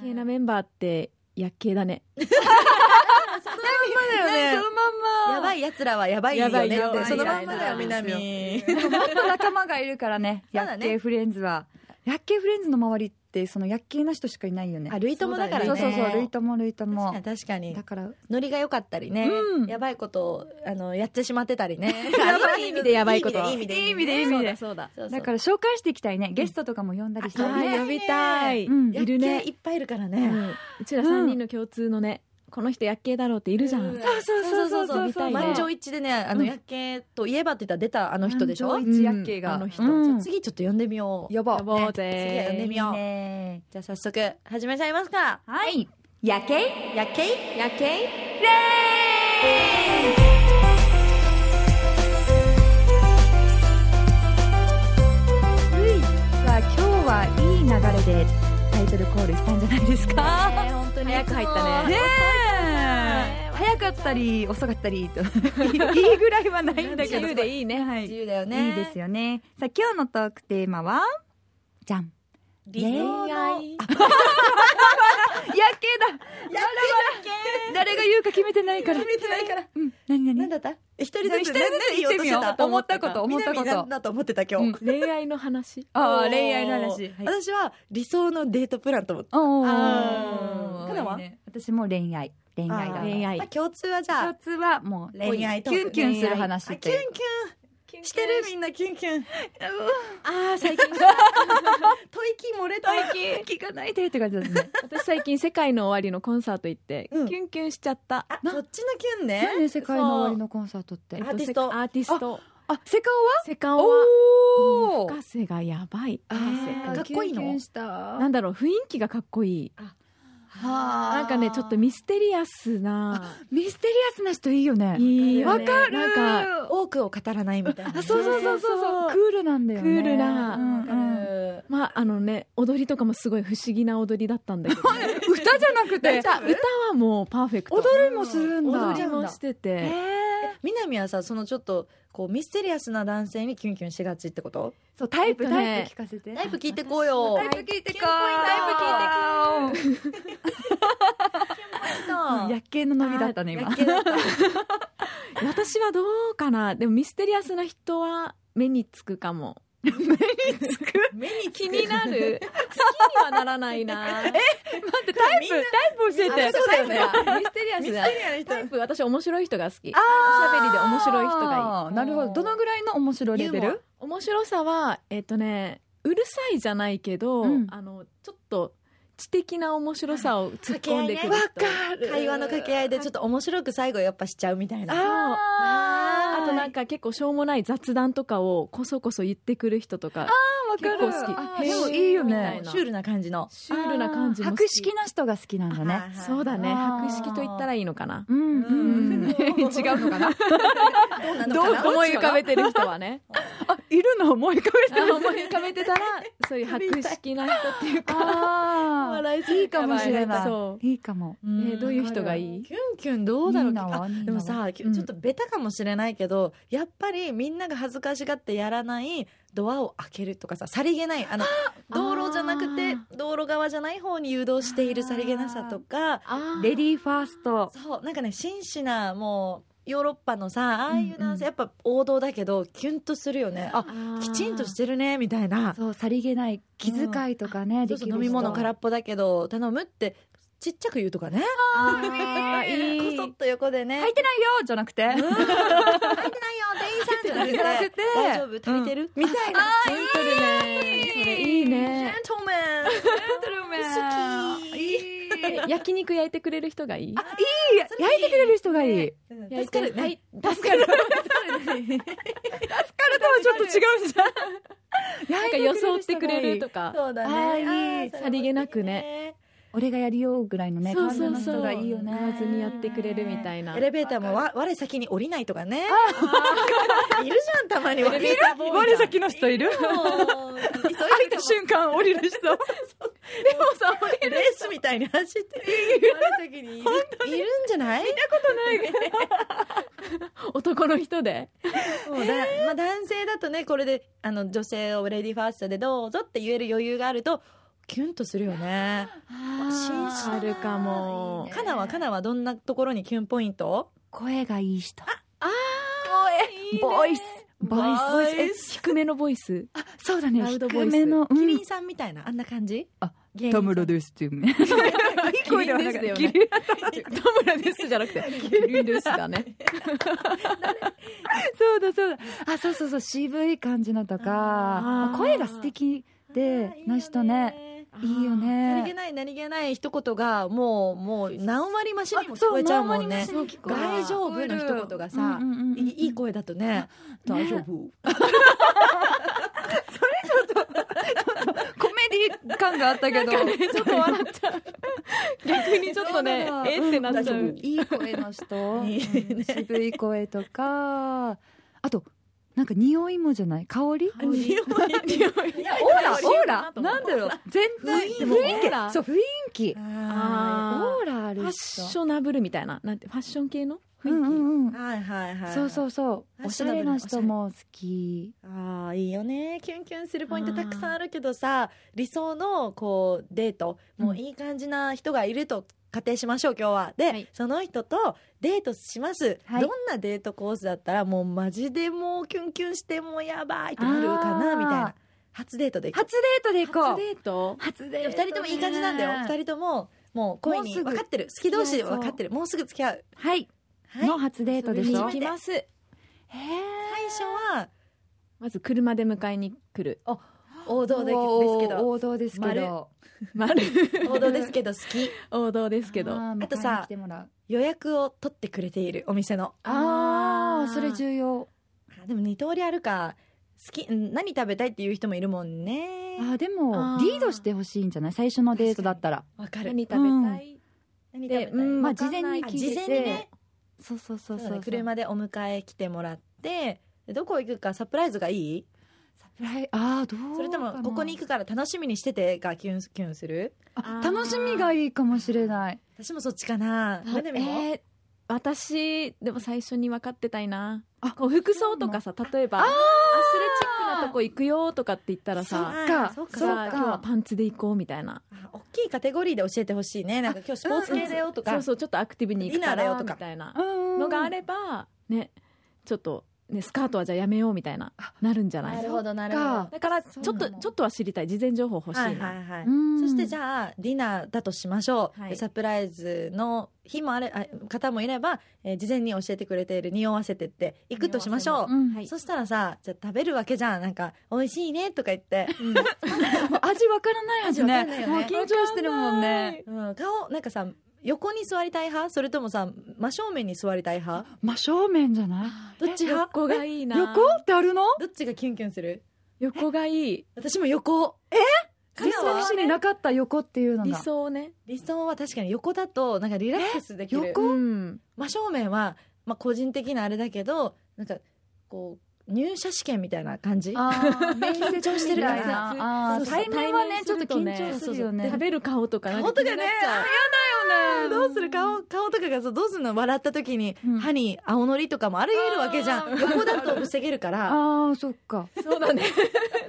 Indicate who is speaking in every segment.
Speaker 1: 系なメンバーって夜景だね
Speaker 2: まだよね
Speaker 3: そのまんま
Speaker 2: やばい奴らはやばいよね
Speaker 1: やば
Speaker 2: っ
Speaker 1: いよ
Speaker 2: てそのまんまだよ
Speaker 1: やばいよ
Speaker 2: 南
Speaker 3: でももっと仲間がいるか らね
Speaker 2: そうだ
Speaker 3: 薬
Speaker 2: ね
Speaker 3: 系フレンズは薬系フレンズの周りってその薬系な人しかいないよね
Speaker 2: あルイ友だからね
Speaker 3: そうそうそうルイともルイと
Speaker 2: 確か
Speaker 3: も
Speaker 2: に確かに
Speaker 3: だから
Speaker 2: ノリが良かったりね、
Speaker 3: うん
Speaker 2: やばいことをあの やってしまってたりね
Speaker 1: いい意味でやばいこと
Speaker 2: いい意味でいい意味で
Speaker 3: いい意味で
Speaker 1: そうだ
Speaker 2: そうそう
Speaker 3: だから紹介していきたいねゲストとかも呼んだりした
Speaker 1: あ
Speaker 3: り
Speaker 1: ー
Speaker 3: ね
Speaker 1: 呼びたい、
Speaker 3: うん
Speaker 1: いる
Speaker 2: 夜
Speaker 1: ね
Speaker 2: 景いっぱいいるから
Speaker 1: う
Speaker 2: ね、
Speaker 1: んうちら3人の共通のね、この人夜景だろうっているじゃ
Speaker 2: そうそう
Speaker 1: ん、
Speaker 2: そうそうそう
Speaker 1: 見たいね
Speaker 2: 満場一致でねあの
Speaker 1: うん
Speaker 2: 夜景といえばって言ったら出たあの人でしょ、
Speaker 3: 満場一致薬系が
Speaker 1: うんあの人
Speaker 3: うん
Speaker 2: じゃあ次ちょっと呼んでみよう
Speaker 3: 呼ぼ
Speaker 1: 呼
Speaker 3: う
Speaker 1: ぼ
Speaker 2: 次は呼
Speaker 1: う
Speaker 2: んで
Speaker 1: ぜ
Speaker 2: みよう
Speaker 3: いいね
Speaker 2: じゃあ早速始めちゃいますか
Speaker 3: はい夜景
Speaker 2: 夜景
Speaker 1: 夜景
Speaker 3: さあ今日はいい流れでタイトルコールしたんじゃないですか
Speaker 2: ね本当に
Speaker 1: 早く入ったね
Speaker 3: ねえ早かったり遅かったりといいぐらいはないんだけ
Speaker 1: 自
Speaker 3: ど
Speaker 1: 由でいいね
Speaker 3: はい
Speaker 2: 自由だよね
Speaker 3: いいですよねさあ今日のトークテーマはじゃん
Speaker 2: 理想の
Speaker 1: 恋愛
Speaker 3: 夜景だ誰が言うか決めてないから
Speaker 2: 見てないから
Speaker 3: うん何
Speaker 2: 何
Speaker 3: 何
Speaker 2: だった一人ずつ
Speaker 3: 一人ずつ言ってみよう思ったこと思ったこ
Speaker 2: だ
Speaker 3: と
Speaker 2: だと思ってた今日、
Speaker 3: うん
Speaker 1: 恋愛の 話
Speaker 3: ああ恋愛の話はい
Speaker 2: 私は理想のデートプランと思って
Speaker 3: おお
Speaker 2: あー彼はい
Speaker 3: いね私も恋愛恋愛だ
Speaker 2: あー
Speaker 1: 恋愛
Speaker 2: まあ、共通はじゃあ
Speaker 3: 一つはもう
Speaker 2: 恋愛トー
Speaker 3: キ
Speaker 2: ク
Speaker 3: ュンキュンする話
Speaker 2: あ
Speaker 3: っ
Speaker 2: キュン
Speaker 3: て
Speaker 2: キュンしてるみんなキュンキュン
Speaker 1: ああ最近
Speaker 2: 吐息漏れた
Speaker 3: 聞かないでって感じですね
Speaker 1: 私最近世界の終わりのコンサート行って、
Speaker 2: うん
Speaker 1: キュンキュンしちゃった
Speaker 2: あそっちのキュンね
Speaker 3: なんで世界の終わりのコンサートって
Speaker 2: アーティスト
Speaker 1: アーティスト
Speaker 3: あセカ
Speaker 1: セカ
Speaker 3: オ
Speaker 1: オは
Speaker 3: お
Speaker 1: もう深瀬がやばい
Speaker 2: あー
Speaker 1: 深
Speaker 2: か
Speaker 1: 瀬
Speaker 2: っこいいの
Speaker 3: キュンキュンした
Speaker 1: な
Speaker 3: は
Speaker 1: んだろう雰囲気がかっこいい
Speaker 3: あ
Speaker 1: なんかねちょっとミステリアスな
Speaker 3: ミステリアスな人いいよね
Speaker 1: いいよね
Speaker 3: わかる
Speaker 1: なんか
Speaker 2: 多くを語らないみたいなね、
Speaker 3: あそうそうそうそ
Speaker 1: そう
Speaker 3: うそうクールなんだよね
Speaker 1: クールな
Speaker 3: うんうん
Speaker 1: まああのね踊りとかもすごい不思議な踊りだったんだけど
Speaker 3: 歌じゃなくて
Speaker 1: 歌歌はもうパーフェクト
Speaker 3: 踊りもするんだ
Speaker 1: 踊りもしてて、
Speaker 3: えー
Speaker 2: 南はさそのちょっとこうミステリアスな男性にキュンキュンしがちってこと
Speaker 3: そうタイ
Speaker 1: え
Speaker 3: プ
Speaker 1: っとね
Speaker 3: タイプ聞かせて
Speaker 2: タイプ聞いてこうよ
Speaker 3: タイプ聞いてこう
Speaker 2: タイ
Speaker 3: イプ聞いて夜景のノリだったね今
Speaker 2: 夜景だった
Speaker 1: 私はどうかなでもミステリアスな人は目につくかも
Speaker 2: 目に
Speaker 1: 気になる好きにはならないな え
Speaker 3: 待ってタイプタイプ教え
Speaker 2: あ
Speaker 3: て
Speaker 2: そうだよね
Speaker 1: ミステリア
Speaker 2: ミステ
Speaker 1: ス
Speaker 2: リ
Speaker 1: な
Speaker 2: アスな
Speaker 1: タイプ私面白い人が好き
Speaker 3: あ
Speaker 1: おしゃべりで面白い人が
Speaker 3: いなるほどどのぐらいの面白いレベ
Speaker 2: ユーモ
Speaker 3: ル
Speaker 1: 面白さはえっ、とねうるさいじゃないけど、
Speaker 3: うん
Speaker 1: あのちょっと知的な面白さを突っ込んでくる人
Speaker 2: 掛
Speaker 3: る
Speaker 2: 会話の掛け合いでちょっと面白く最後やっぱしちゃうみたいな
Speaker 3: あ
Speaker 1: あ
Speaker 3: ー
Speaker 1: となんか結構しょうもない雑談とかをこそこそ言ってくる人とか
Speaker 3: わかる
Speaker 1: 結構好き
Speaker 3: あ
Speaker 1: へー
Speaker 3: ーでもいいよ
Speaker 1: みたい
Speaker 3: ね
Speaker 1: な
Speaker 2: シュールな感じの
Speaker 1: シュールな感じも好き
Speaker 3: 博識な人が好きなんだね
Speaker 1: そうだね
Speaker 3: あー
Speaker 1: 博識と言ったらいいのかな
Speaker 3: うん
Speaker 2: う
Speaker 3: うん
Speaker 2: ん
Speaker 3: 違う のかな
Speaker 2: どうなの
Speaker 1: ど
Speaker 2: か
Speaker 1: う
Speaker 2: な
Speaker 1: 思い浮かべてる人はね
Speaker 3: あいるの思い浮かべ
Speaker 1: あ思い浮かべてたらそういう博識な人っていうか
Speaker 3: あ
Speaker 1: 笑いすぎ
Speaker 3: ーいいかもしれない
Speaker 1: そう
Speaker 3: いいかも
Speaker 2: う
Speaker 1: ね
Speaker 2: ん
Speaker 1: どういう人がいい
Speaker 2: キュンキュンどうだろう
Speaker 3: ニーナは
Speaker 2: あ
Speaker 3: ニーナは
Speaker 2: でもさきゅちょっとベタかもしれないけど、やっぱりみんなが恥ずかしがってやらないドアを開けるとかささりげないあの道路じゃなくて道路側じゃない方に誘導しているさりげなさとか
Speaker 1: あ
Speaker 3: レディーファースト
Speaker 2: そうなんかね紳士なもうヨーロッパのさああいう男性、
Speaker 3: う
Speaker 2: やっぱ王道だけどキュンとするよねあきちんとしてるねみたいな
Speaker 3: そうさりげない気遣いとかね
Speaker 2: そ
Speaker 3: で
Speaker 2: う
Speaker 3: き
Speaker 2: そ
Speaker 3: る
Speaker 2: う
Speaker 3: 人
Speaker 2: 飲み物空っぽだけど頼むってちっちゃく言うとかね
Speaker 1: あーいい
Speaker 2: こそっと横でね
Speaker 3: 入ってないよじゃなくて
Speaker 2: 入ってないよ店員さんじゃなくて大丈夫足りてる、みたいな
Speaker 1: ジェントルメンそれい
Speaker 2: ジェ
Speaker 1: い
Speaker 2: ン
Speaker 1: ね
Speaker 2: トルメン好き
Speaker 3: いい
Speaker 1: 焼肉焼いてくれる人がいい
Speaker 2: それいい
Speaker 3: 焼いてくれる人がいい。やる
Speaker 2: 助かる
Speaker 1: は
Speaker 2: ね
Speaker 1: い助かる
Speaker 3: とはちょっと違うじゃん。
Speaker 1: なんか装ってくれるとか
Speaker 2: そうだ
Speaker 3: あーいい
Speaker 2: あー
Speaker 1: さりげなくね
Speaker 3: 俺がやるよぐらいのね、
Speaker 1: そう
Speaker 3: 感
Speaker 1: そ
Speaker 3: じ
Speaker 1: う
Speaker 3: の
Speaker 1: そ
Speaker 3: 人
Speaker 1: う
Speaker 3: がいいよね。
Speaker 1: 言わずにやってくれるみたいな
Speaker 2: エレベーターもわ我先に降りないとかねいるじゃんたまには
Speaker 1: エレベーターボーイが我先
Speaker 3: の人い
Speaker 2: も
Speaker 3: る
Speaker 2: う 急いでた
Speaker 3: 瞬間降りる人。
Speaker 2: でもさレースみたいに走って 我先にいるいるんじゃない
Speaker 1: 男の人で
Speaker 2: もうだ、まあ、男性だとねこれであの女性をレディーファーストでどうぞって言える余裕があるとキュンとするよね紳士だな
Speaker 1: あるかも
Speaker 2: かなはかなはどんなところにキュンポイント
Speaker 3: 声がいい人
Speaker 1: あ
Speaker 3: 声ボイスボ
Speaker 2: ボイス
Speaker 3: イスえ低めのボイスあそうだね
Speaker 1: ラウドボイス
Speaker 3: 低めの、う
Speaker 2: キ
Speaker 3: ん
Speaker 2: リンさんみたいなあんな感じ
Speaker 3: あ
Speaker 2: 芸人さ
Speaker 3: 田
Speaker 2: ん
Speaker 3: 村ですっていうね。いい声ではなかった。
Speaker 1: キリン
Speaker 3: キリン
Speaker 1: 田村ですじゃなくてキリンですだね
Speaker 3: そうだそうだ。あ、そうそうそう、渋い感じのとか、
Speaker 2: あ
Speaker 1: ー
Speaker 3: あ声が素敵で
Speaker 2: あー、
Speaker 3: な人ね。いいよ
Speaker 2: 何気
Speaker 3: ね。
Speaker 2: ない何気ない一言がもうもう何割増しにも聞こえちゃうもんね
Speaker 1: そうか
Speaker 2: 大丈夫の一言がさ、
Speaker 3: うんうんうんうん
Speaker 2: いいいい声だとね
Speaker 3: 大丈夫
Speaker 2: 夫
Speaker 3: コメディ感があったけど。
Speaker 1: ちょっと笑っちゃう逆にちょっとね
Speaker 3: そうだ
Speaker 1: えってなっちゃ
Speaker 2: う
Speaker 1: うん
Speaker 3: いい声の人、
Speaker 2: いいね
Speaker 3: うん渋い声とか、あと、なんか匂いもじゃない香り
Speaker 2: 匂い
Speaker 1: 匂い
Speaker 2: いや
Speaker 3: オーラ、
Speaker 1: 匂い
Speaker 3: オーラ、なんだろう、全体、
Speaker 1: 雰囲気も
Speaker 3: 雰囲
Speaker 1: オーラ
Speaker 3: 気、そう、雰囲気。オ
Speaker 1: あー
Speaker 3: ーラあ
Speaker 1: フ
Speaker 3: る
Speaker 1: ァッ
Speaker 3: 人。
Speaker 1: ショナブルみたいななんてファッション系の
Speaker 3: う
Speaker 1: 雰囲気、
Speaker 3: んうんうん。
Speaker 2: はいはいはい
Speaker 3: そうそうそ
Speaker 2: あ
Speaker 3: う。おしゃれな人も好き。
Speaker 2: ああいいよねキュンキュンするポイントたくさんあるけどさ理想のこうデートもういい感じな人がいると仮定しましょう今日はで、
Speaker 1: はい
Speaker 2: その人とデートします、
Speaker 3: はい
Speaker 2: どんなデートコースだったらもうマジでもうキュンキュンしてもうやばいってなるか
Speaker 3: あ
Speaker 2: な
Speaker 3: ー
Speaker 2: みたいな初デートで行く
Speaker 3: 初デートで行こう
Speaker 1: 初。デート
Speaker 3: 初
Speaker 2: で
Speaker 3: デ
Speaker 2: 2人ともいい感じなんだよ2
Speaker 3: 人。
Speaker 2: 人とももう恋に
Speaker 3: もうすぐ
Speaker 2: 分かってる好き同士で
Speaker 3: 付き合いそう
Speaker 2: 分かってるもうすぐ付き合う、
Speaker 3: はい。
Speaker 2: はい、
Speaker 3: の初デートでし
Speaker 2: し
Speaker 3: ょ
Speaker 2: ょ
Speaker 1: 行きます
Speaker 3: へえ。
Speaker 2: 最初は
Speaker 1: まず車で迎えに来 る
Speaker 2: 王道でです
Speaker 3: お
Speaker 2: け
Speaker 3: ー
Speaker 2: ど
Speaker 3: 王道ですけど。
Speaker 1: 丸
Speaker 2: 王道ですけど好き
Speaker 1: 王道ですけど
Speaker 3: ー
Speaker 2: あとさ
Speaker 3: 迎えに来てもらう
Speaker 2: 予約を取ってくれているお店の
Speaker 3: あ
Speaker 1: あー
Speaker 3: ー、それ重要。
Speaker 2: あでも二通りあるか好きん何食べたいっていう人もいるもん
Speaker 3: あ
Speaker 2: ね
Speaker 3: ー、で
Speaker 1: あ
Speaker 3: も、
Speaker 1: ー
Speaker 3: リードしてほしいんじゃない最初のデートだったら。
Speaker 2: わかる
Speaker 1: 何食べたい、
Speaker 2: 何
Speaker 1: でうん
Speaker 3: まあ
Speaker 1: わかんない
Speaker 3: 事前に聞いて
Speaker 2: 事前にね
Speaker 3: そうそうそ
Speaker 2: そう
Speaker 3: う
Speaker 2: だね
Speaker 3: そう。
Speaker 2: 車でお迎え来てもらってどこ行くかサプライズがいい
Speaker 3: サプライああ、どうかな
Speaker 2: それともここに行くから楽しみにしててがキュンキュンする
Speaker 3: あ楽しみがいいかもしれない。
Speaker 2: 私もそっちかな
Speaker 1: あ
Speaker 2: までも、
Speaker 1: えー私でも最初に分かってたいなこう服装とかさ例えばアスレチックなとこ行くよとかって言ったらさ
Speaker 2: あ
Speaker 3: か
Speaker 2: そうか
Speaker 1: さあ
Speaker 3: そうか
Speaker 1: 今日はパンツで行こうみたいな
Speaker 2: あ大きいカテゴリーで教えてほしいねなんか今日スポーツ系だよとか、
Speaker 1: そうそうちょっとアクティブに行くか
Speaker 2: ディナーだよ
Speaker 1: ら
Speaker 2: と
Speaker 1: み
Speaker 2: か
Speaker 1: たいな
Speaker 3: うん
Speaker 1: のがあればねちょっとねスカートはじゃあやめようみたいななるんじゃない
Speaker 2: なるほどなるほ
Speaker 3: そ
Speaker 2: ど
Speaker 3: っ
Speaker 1: だからちょ
Speaker 3: そう
Speaker 1: っ
Speaker 3: な
Speaker 1: と
Speaker 3: の
Speaker 1: ちょっとは知りたい事前情報欲しいな、
Speaker 2: はいはいはい、
Speaker 3: うん
Speaker 2: そしてじゃあディナーだとしましょう、
Speaker 1: はい
Speaker 2: でサプライズの日もあれあ方もいれば、えー事前に教えてくれている匂わせてって行くとしましょう、
Speaker 3: うん
Speaker 1: はい
Speaker 2: そしたらさじゃあ食べるわけじゃんなんか美味しいねとか言って、
Speaker 3: もう味わからない味ね
Speaker 2: 味わからないよね
Speaker 3: もう緊張してるもんね
Speaker 2: うん、顔なんかさ横に座りたい派それともさ真正面に座りたい派
Speaker 3: 真正面じゃない
Speaker 2: どっち
Speaker 1: え
Speaker 2: 派
Speaker 1: 横がいいな
Speaker 3: 横ってあるの
Speaker 2: どっちがキュンキュンする
Speaker 1: 横がいい
Speaker 2: 私も横え
Speaker 3: 選択肢になかった横っていうの
Speaker 1: 理
Speaker 3: が
Speaker 1: 想ね
Speaker 2: 理想は確かに横だとなんかリラックスできる
Speaker 3: え横
Speaker 1: うん
Speaker 2: 真正面は、まあ、個人的なあれだけどなんかこう入社試験みたいな感じ
Speaker 3: あー面接
Speaker 2: 緊張してるから
Speaker 3: なあー
Speaker 2: そうそう
Speaker 3: 対面はねちょっと緊
Speaker 1: 対面
Speaker 3: 張
Speaker 1: す
Speaker 3: す
Speaker 1: る
Speaker 3: るよね
Speaker 1: 食べる顔とかなん
Speaker 2: 顔とか
Speaker 1: 気に
Speaker 2: ね
Speaker 1: なっちゃう
Speaker 2: あーどうする顔顔とかがさどうするの笑った時に、
Speaker 3: うん
Speaker 2: 歯に青のりとかもあり得るわけじゃ
Speaker 1: あ
Speaker 2: ん
Speaker 1: ー
Speaker 2: 横だと防げるから
Speaker 3: ああそっか
Speaker 1: そうだね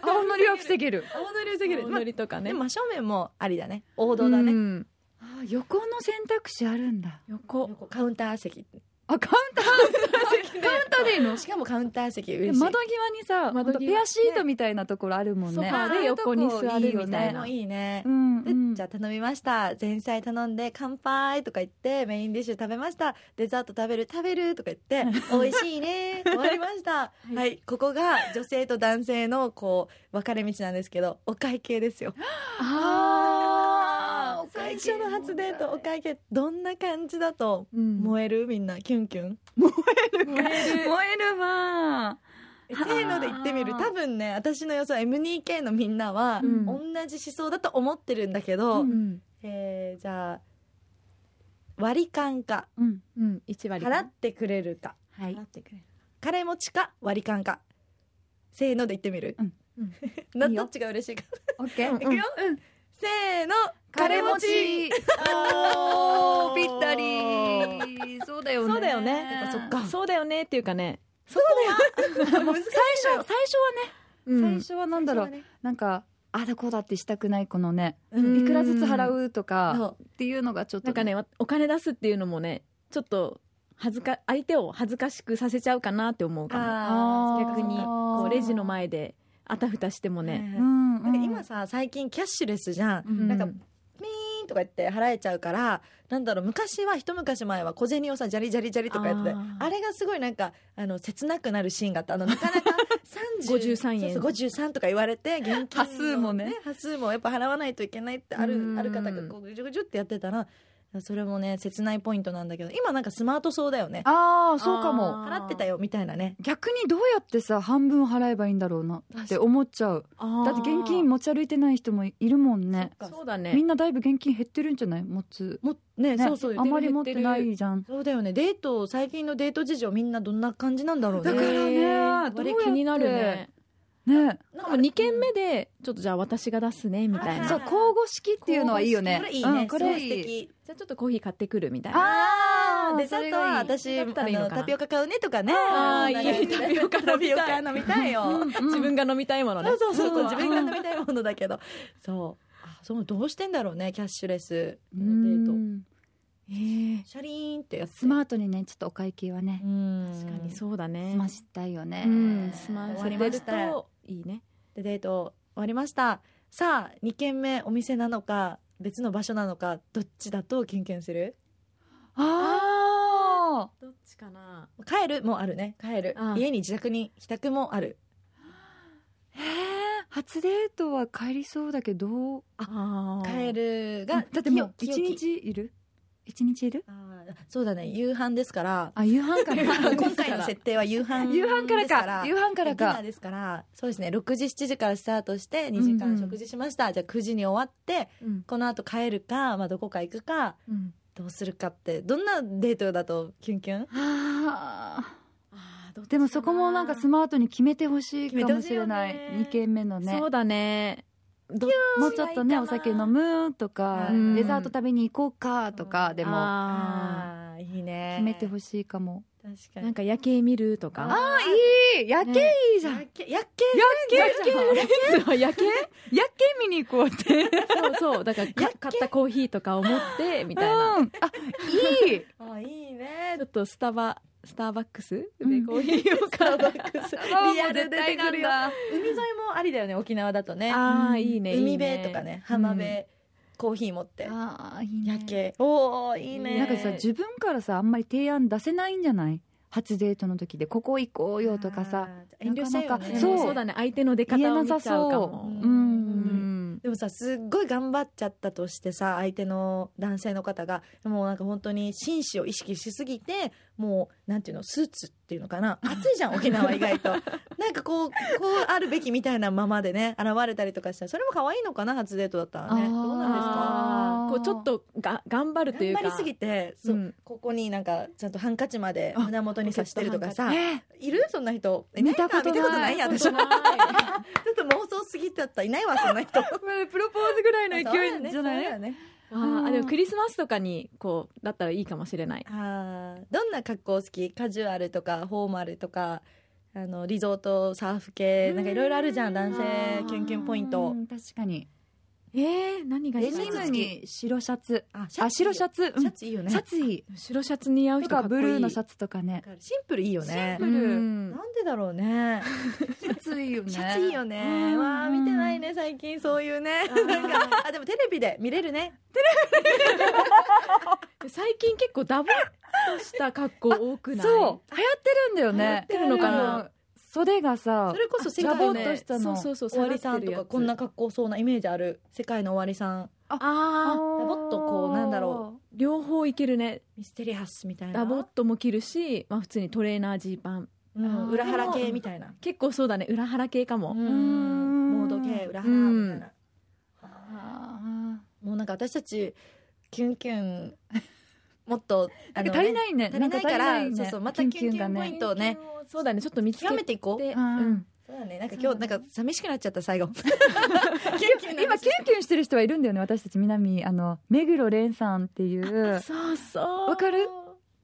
Speaker 3: 青のりは防げる
Speaker 2: 青のり防
Speaker 1: だ
Speaker 2: げる、
Speaker 1: けど
Speaker 2: まあ
Speaker 1: ノリとかね
Speaker 2: でも真正面もありだね王道だね、
Speaker 1: ね
Speaker 3: あー横の選択肢あるんだ
Speaker 1: 横
Speaker 2: 横カウンター席
Speaker 3: あカウンターカウンターでいいの
Speaker 2: しかもカウンター席
Speaker 3: で
Speaker 2: 嬉しい
Speaker 3: 窓際にさ
Speaker 1: 窓際
Speaker 3: ほんとペアシートみたいなところあるもん
Speaker 1: ソフ
Speaker 3: ね
Speaker 1: ァーで横に座るみたいな
Speaker 2: もいいね
Speaker 3: う、ん
Speaker 2: で
Speaker 3: うん
Speaker 2: じゃあ頼みました前菜頼んで乾杯とか言ってメインディッシュ食べましたデザート食べる食べるとか 言って美味しいね終わりました
Speaker 1: い
Speaker 2: はいここが女性と男性のこう分かれ道なんですけどお会計ですよ
Speaker 3: あーお
Speaker 2: 最
Speaker 3: 会計
Speaker 2: 初の初デートお会計どんな感じだと
Speaker 1: うん
Speaker 2: 燃えるみんなキュンキュン
Speaker 3: 燃えるわ
Speaker 2: せーので言ってみる
Speaker 3: あー
Speaker 2: 多分ね私の予想 M2K のみんなは、
Speaker 1: うん
Speaker 2: 同じ思想だと思ってるんだけど、
Speaker 1: うん
Speaker 2: えーじゃあ割り勘か
Speaker 3: うん
Speaker 1: うん一割
Speaker 2: 払ってくれるか
Speaker 3: はい
Speaker 1: ってくれる
Speaker 2: 金持ちか割り勘かせーので言ってみる、
Speaker 3: うん
Speaker 1: うん
Speaker 2: ない
Speaker 3: いよ
Speaker 2: どっちが嬉しいか
Speaker 3: オッケ
Speaker 1: うん
Speaker 3: ー
Speaker 2: いくよ、せーの金持ち
Speaker 3: お
Speaker 2: お
Speaker 3: ーぴったりそうだよね
Speaker 1: そうだよね
Speaker 2: やっぱそっか
Speaker 1: そうだよねっていうかね
Speaker 2: そうだよ 難しいのよ
Speaker 3: 最初はね、最初はなんだろう、なんかあだこうだってしたくないこのね
Speaker 1: うん
Speaker 3: いくらずつ払うとか
Speaker 2: そ
Speaker 3: っていうのがちょっ
Speaker 1: な
Speaker 3: と
Speaker 1: んかねわお金出すっていうのもねちょっと恥ずか相手を恥ずかしくさせちゃうかなって思うか
Speaker 2: あ
Speaker 1: も
Speaker 2: ー
Speaker 1: 逆に
Speaker 3: あー
Speaker 1: こうレジの前であたふたしても
Speaker 2: う
Speaker 1: ね、
Speaker 2: ね
Speaker 3: んう
Speaker 2: なんか今さ最近キャッシュレスじゃん
Speaker 3: う
Speaker 1: うん
Speaker 2: なんかピーンとか言って払えちゃうからなんだろう昔は一昔前は小銭をさジャリジャリジャリとかやってて
Speaker 1: あ
Speaker 2: あ
Speaker 1: ー
Speaker 2: れがすごいなんかあの切なくなるシーンがあっ たあのなかなか30
Speaker 1: 53円
Speaker 2: そうそう53とか言われて現金の
Speaker 3: 端数もね
Speaker 2: 端数もやっぱ払わないといけないってある
Speaker 1: うん
Speaker 2: ある方がこうぐじゅぐじゅってやってたらそれもね切ないポイントなんだけど今なんかスマートそうだよね
Speaker 3: あーそうか
Speaker 1: あ
Speaker 3: も
Speaker 1: ー
Speaker 2: 払ってたよみたいなね
Speaker 3: 逆にどうやってさ半分払えばいいんだろうなって思っちゃうだ
Speaker 1: だ
Speaker 3: って現金持ち歩いてない人もいるもんね
Speaker 1: そうだね
Speaker 3: みんなだいぶ現金減ってるんじゃない持つ、
Speaker 2: もね
Speaker 3: ね
Speaker 2: そうそう
Speaker 3: あんまり持ってないじゃん
Speaker 2: そうだよねデート最近のデート事情みんなどんな感じなんだろうね
Speaker 3: だからね
Speaker 1: えー
Speaker 3: どうやって
Speaker 1: あれ気になるね
Speaker 2: な
Speaker 1: な
Speaker 3: ね
Speaker 1: んん
Speaker 2: か
Speaker 1: か2軒目でちょっとじゃあ私が出すねみたい
Speaker 2: あ
Speaker 1: な
Speaker 2: ー
Speaker 1: じ
Speaker 3: そ
Speaker 1: ゃ
Speaker 3: う交互式っていうのはいいよね
Speaker 2: これいいね、
Speaker 3: うんこ
Speaker 2: これ
Speaker 3: れ
Speaker 2: 素
Speaker 3: いい
Speaker 2: 敵
Speaker 1: あちょっとコーヒー買ってくるみたいな
Speaker 3: あー
Speaker 2: デザートは私
Speaker 1: だったらいい
Speaker 2: あ
Speaker 1: のか
Speaker 2: の
Speaker 1: な
Speaker 2: タピオカ買うねとかね
Speaker 1: あー
Speaker 2: うんなんか
Speaker 1: いいタピオカ
Speaker 2: タ
Speaker 1: 飲みたい
Speaker 2: ピオカ飲みたいよ
Speaker 3: うん
Speaker 1: 自分が飲みたいものね
Speaker 2: そうそうそうそう
Speaker 1: うん
Speaker 2: 自分が飲みたいものだけどそうあそうどうしてんだろうねキャッシュレス
Speaker 3: う
Speaker 2: デート
Speaker 3: ん
Speaker 1: えー
Speaker 2: シャリーンってやつ
Speaker 3: スマートにねちょっとお会計はね
Speaker 2: うん
Speaker 1: 確かにそうだね
Speaker 3: 済ましたいよね、
Speaker 1: うん済ま
Speaker 2: 終
Speaker 1: せ
Speaker 2: わり
Speaker 1: て
Speaker 2: ま
Speaker 1: る
Speaker 2: した
Speaker 1: といいね
Speaker 2: でデート終わりましたさあ二軒目お店なのか別の場所なのかどっちだとキュンキュンする
Speaker 3: あ
Speaker 1: どっちかな
Speaker 2: 帰るもあるね帰る
Speaker 1: ああ
Speaker 2: 家に自宅に帰宅もある
Speaker 3: ーへえ初デートは帰りそうだけど
Speaker 1: あ
Speaker 2: 帰
Speaker 1: る
Speaker 2: る
Speaker 3: だ
Speaker 2: が
Speaker 3: ってもう
Speaker 2: 清き
Speaker 3: 一日いる一日いる
Speaker 2: あーそうだね夕飯です から
Speaker 3: あ夕飯か
Speaker 2: 今
Speaker 3: ら
Speaker 2: 回の設定は夕飯
Speaker 3: 夕飯から
Speaker 2: です
Speaker 3: か夕飯から
Speaker 2: ディナー
Speaker 3: か
Speaker 2: ですからそうですね6時7時からスタートして2時
Speaker 3: うんう
Speaker 2: 間
Speaker 3: ん
Speaker 2: 食事しました、じゃあ9時に終わって
Speaker 1: うん
Speaker 2: このあと帰るか、まあ、どこか行くか
Speaker 1: うん
Speaker 2: どうするかってどんなデートだとキュンキュン
Speaker 3: はあ
Speaker 1: あーどっちかな
Speaker 3: でもそこもなんかスマートに決めてほしいかも
Speaker 2: 決め
Speaker 3: しれない
Speaker 2: てほしいよね
Speaker 3: 2軒目のね
Speaker 1: そうだねど
Speaker 3: もうちょっとねお酒飲むとか
Speaker 2: うん
Speaker 3: デザート食べに行こうかとかでも
Speaker 1: あ
Speaker 2: あーいいね
Speaker 3: 決めてほ
Speaker 2: し
Speaker 3: しいかも
Speaker 2: い確か
Speaker 1: ー
Speaker 2: に
Speaker 1: なんか夜景見るとか
Speaker 3: あいい夜
Speaker 1: 景
Speaker 3: いい
Speaker 2: やっけやっけ
Speaker 3: 夜景
Speaker 1: 夜景
Speaker 3: 夜景見に行こうって
Speaker 1: そうそうだからか買ったコーヒーとかを持ってみたいな
Speaker 3: うんあい い
Speaker 2: あいいね
Speaker 1: ちょっとスタバスターバックスで
Speaker 3: うん
Speaker 1: コーヒ ーを買う
Speaker 2: リアル出てくるよ海沿いもありだよね沖縄だとね
Speaker 1: あ
Speaker 3: う
Speaker 1: あ
Speaker 3: ん
Speaker 1: いいねいいね
Speaker 2: 海辺とかね浜辺、コーヒー持って
Speaker 3: ああいいね
Speaker 2: 夜景おおいいね
Speaker 3: なんかさ自分からさあんまり提案出せないんじゃない初デートの時でここ行こうよとかさ
Speaker 2: あー遠慮しちゃうよ
Speaker 3: なか
Speaker 2: ね
Speaker 3: なか
Speaker 1: そ
Speaker 3: そうう
Speaker 1: そうだね相手の出方を見ちゃうかも
Speaker 2: 言えなさそう
Speaker 3: う
Speaker 1: うんん
Speaker 2: でもさすっごい頑張っちゃったとしてさ相手の男性の方がもうなんか本当に紳士を意識しすぎてもうなんていうのスーツっていうのかな暑いじゃん沖縄意 外となんかこうこうあるべきみたいなままでね現れたりとかしたらそれも可愛いのかな初デートだったらね
Speaker 3: あー
Speaker 2: どうなんですか
Speaker 1: あ
Speaker 3: あ
Speaker 1: ー
Speaker 3: ー
Speaker 1: こうちょっとが頑張るというか
Speaker 2: 頑張りすぎてそう、
Speaker 1: うん
Speaker 2: ここになんかちゃんとハンカチまで
Speaker 3: あ
Speaker 2: 胸元に刺してるとかさ
Speaker 3: え
Speaker 2: いるそんな人え
Speaker 3: 見たことな
Speaker 2: いか見
Speaker 3: い
Speaker 2: たことないや私 ちょっと妄想すぎちゃったいないわそんな人
Speaker 3: プロポーズぐらいの勢いじゃな
Speaker 2: そうだ
Speaker 3: い
Speaker 2: よね
Speaker 1: あーあでもクリスマスとかにこうだったらいいかもしれない
Speaker 2: あーどんな格好好きカジュアルとかフォーマルとかあのリゾートサーフ系なんかいろいろあるじゃん男性
Speaker 1: あー
Speaker 2: キュンキュンポイント
Speaker 3: うん確かに
Speaker 1: えー何がい
Speaker 2: デ
Speaker 1: い
Speaker 2: ニ
Speaker 1: か
Speaker 2: ム
Speaker 1: な
Speaker 2: 好き
Speaker 3: に白シャツ
Speaker 2: あシ
Speaker 3: あ白シャ
Speaker 2: ツ
Speaker 3: ツう
Speaker 2: シャ
Speaker 3: ん
Speaker 2: ツいいよね
Speaker 3: シャツいい
Speaker 1: 白シャツ似合う
Speaker 3: と
Speaker 1: 人
Speaker 3: か
Speaker 1: かっこい
Speaker 3: ブ
Speaker 1: い
Speaker 3: ルーのシャツとかね
Speaker 2: シンプルいいよね
Speaker 3: シ
Speaker 1: う
Speaker 3: ンブル
Speaker 1: ん
Speaker 2: なんでだろうね
Speaker 3: シャツいいよね
Speaker 2: シャツいいよね
Speaker 3: うん
Speaker 2: わあ見てないね最近そういうねなんかあでもテレビで見れるね
Speaker 1: 最近結構ダボっとした格好多く
Speaker 3: そう流
Speaker 1: ない
Speaker 3: 行ってるんだよ
Speaker 1: 流行
Speaker 3: ね
Speaker 1: ってるのかな
Speaker 3: うん袖がさ
Speaker 2: それこそ世
Speaker 3: ダ
Speaker 2: 界
Speaker 3: ボ
Speaker 2: の
Speaker 3: っとしたの
Speaker 1: そうそうそう
Speaker 2: 終わりさんとかこんな格好そうなイメージある世界の終わりさん
Speaker 1: ああ
Speaker 2: ダボっとこうなんだろ
Speaker 1: 両方いけるね
Speaker 2: ミステリアスみたいな
Speaker 1: ダボっとも着るし、まあ、普通にトレーナージーパン
Speaker 2: うん、裏腹系みたいな
Speaker 1: 結構そうだね裏腹系かも、
Speaker 2: うーんモード系裏腹みたいな、
Speaker 3: うあ
Speaker 2: もうなんか私たちキュンキュンもっとあ
Speaker 3: ーなんか足り
Speaker 2: い
Speaker 3: ないね
Speaker 2: 足りないから
Speaker 3: ん
Speaker 2: そうそうまたキュンキュン
Speaker 3: が
Speaker 2: ポイントをね
Speaker 1: そうだねちょっと見つけ
Speaker 2: 極めていこう
Speaker 1: て
Speaker 3: うん
Speaker 1: うん
Speaker 2: そうだねなんか今日なんか寂しくなっちゃった最後キュンキュン
Speaker 3: 今キュンキュンしてる人はいるんだよね私たち南あの目黒蓮さんっていう
Speaker 1: そうそう
Speaker 3: わかる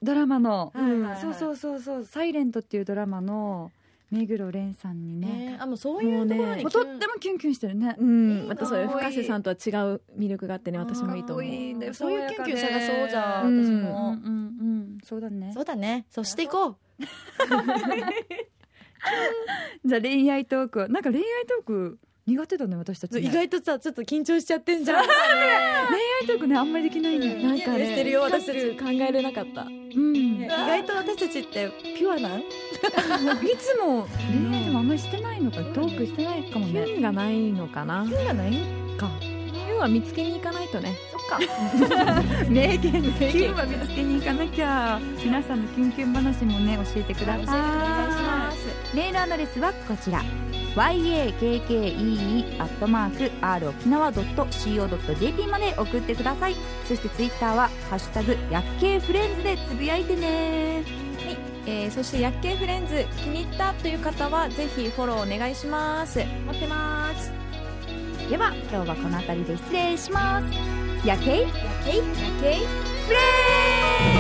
Speaker 3: ドラマの
Speaker 2: はいはいはい
Speaker 3: そうそうそうそう「サイレントっていうドラマの目黒蓮さんにね
Speaker 2: ね、あもうそういうところに
Speaker 3: もうとってもキュンキュンしてるね、
Speaker 1: うん
Speaker 2: いいな
Speaker 1: またそういう深瀬さんとは違う魅力があってね
Speaker 2: うん
Speaker 1: 私もいいと思
Speaker 2: か
Speaker 1: う
Speaker 2: っこいい
Speaker 3: んだよ
Speaker 2: そういう
Speaker 3: 爽やか
Speaker 2: 研
Speaker 3: で
Speaker 2: 究探そうじゃあ
Speaker 1: うん
Speaker 2: 私
Speaker 3: うん
Speaker 2: も、
Speaker 3: うんうんそうだね
Speaker 2: そうだねそうしていこう
Speaker 3: じゃあ恋愛トークなんか恋愛トーク苦手だね私たちね
Speaker 2: 意外とさちょっと緊張しちゃってんじゃん
Speaker 3: 恋愛トークねあんまりできないね
Speaker 1: なんかね
Speaker 2: してるよ私たち
Speaker 1: 考えれなかった
Speaker 3: うん、
Speaker 2: 意外と私たちってピュアなん
Speaker 3: いつも恋愛でもあんまりしてないのか、トークしてないかも
Speaker 1: キ
Speaker 3: ね
Speaker 1: ュンがないのかな
Speaker 2: ピュアないか
Speaker 1: キュンは見つけに行かないとね
Speaker 2: そっか
Speaker 3: 名言 でキュンは見つけに行かなきゃ皆さんのキュンキュン話もね教えてください
Speaker 2: お願いします
Speaker 3: メールアドレスはこちら yakkee.r-okinawa.co.jp まで送ってくださいそしてツイッターは「ハッシュタグやっけいフレンズ」でつぶやいてね
Speaker 1: えーそして「薬系フレンズ」気に入ったという方はぜひフォローお願いします
Speaker 2: 待ってます
Speaker 3: では今日はこの辺りで失礼しますやっけい
Speaker 2: ケイケイ
Speaker 3: フレンズ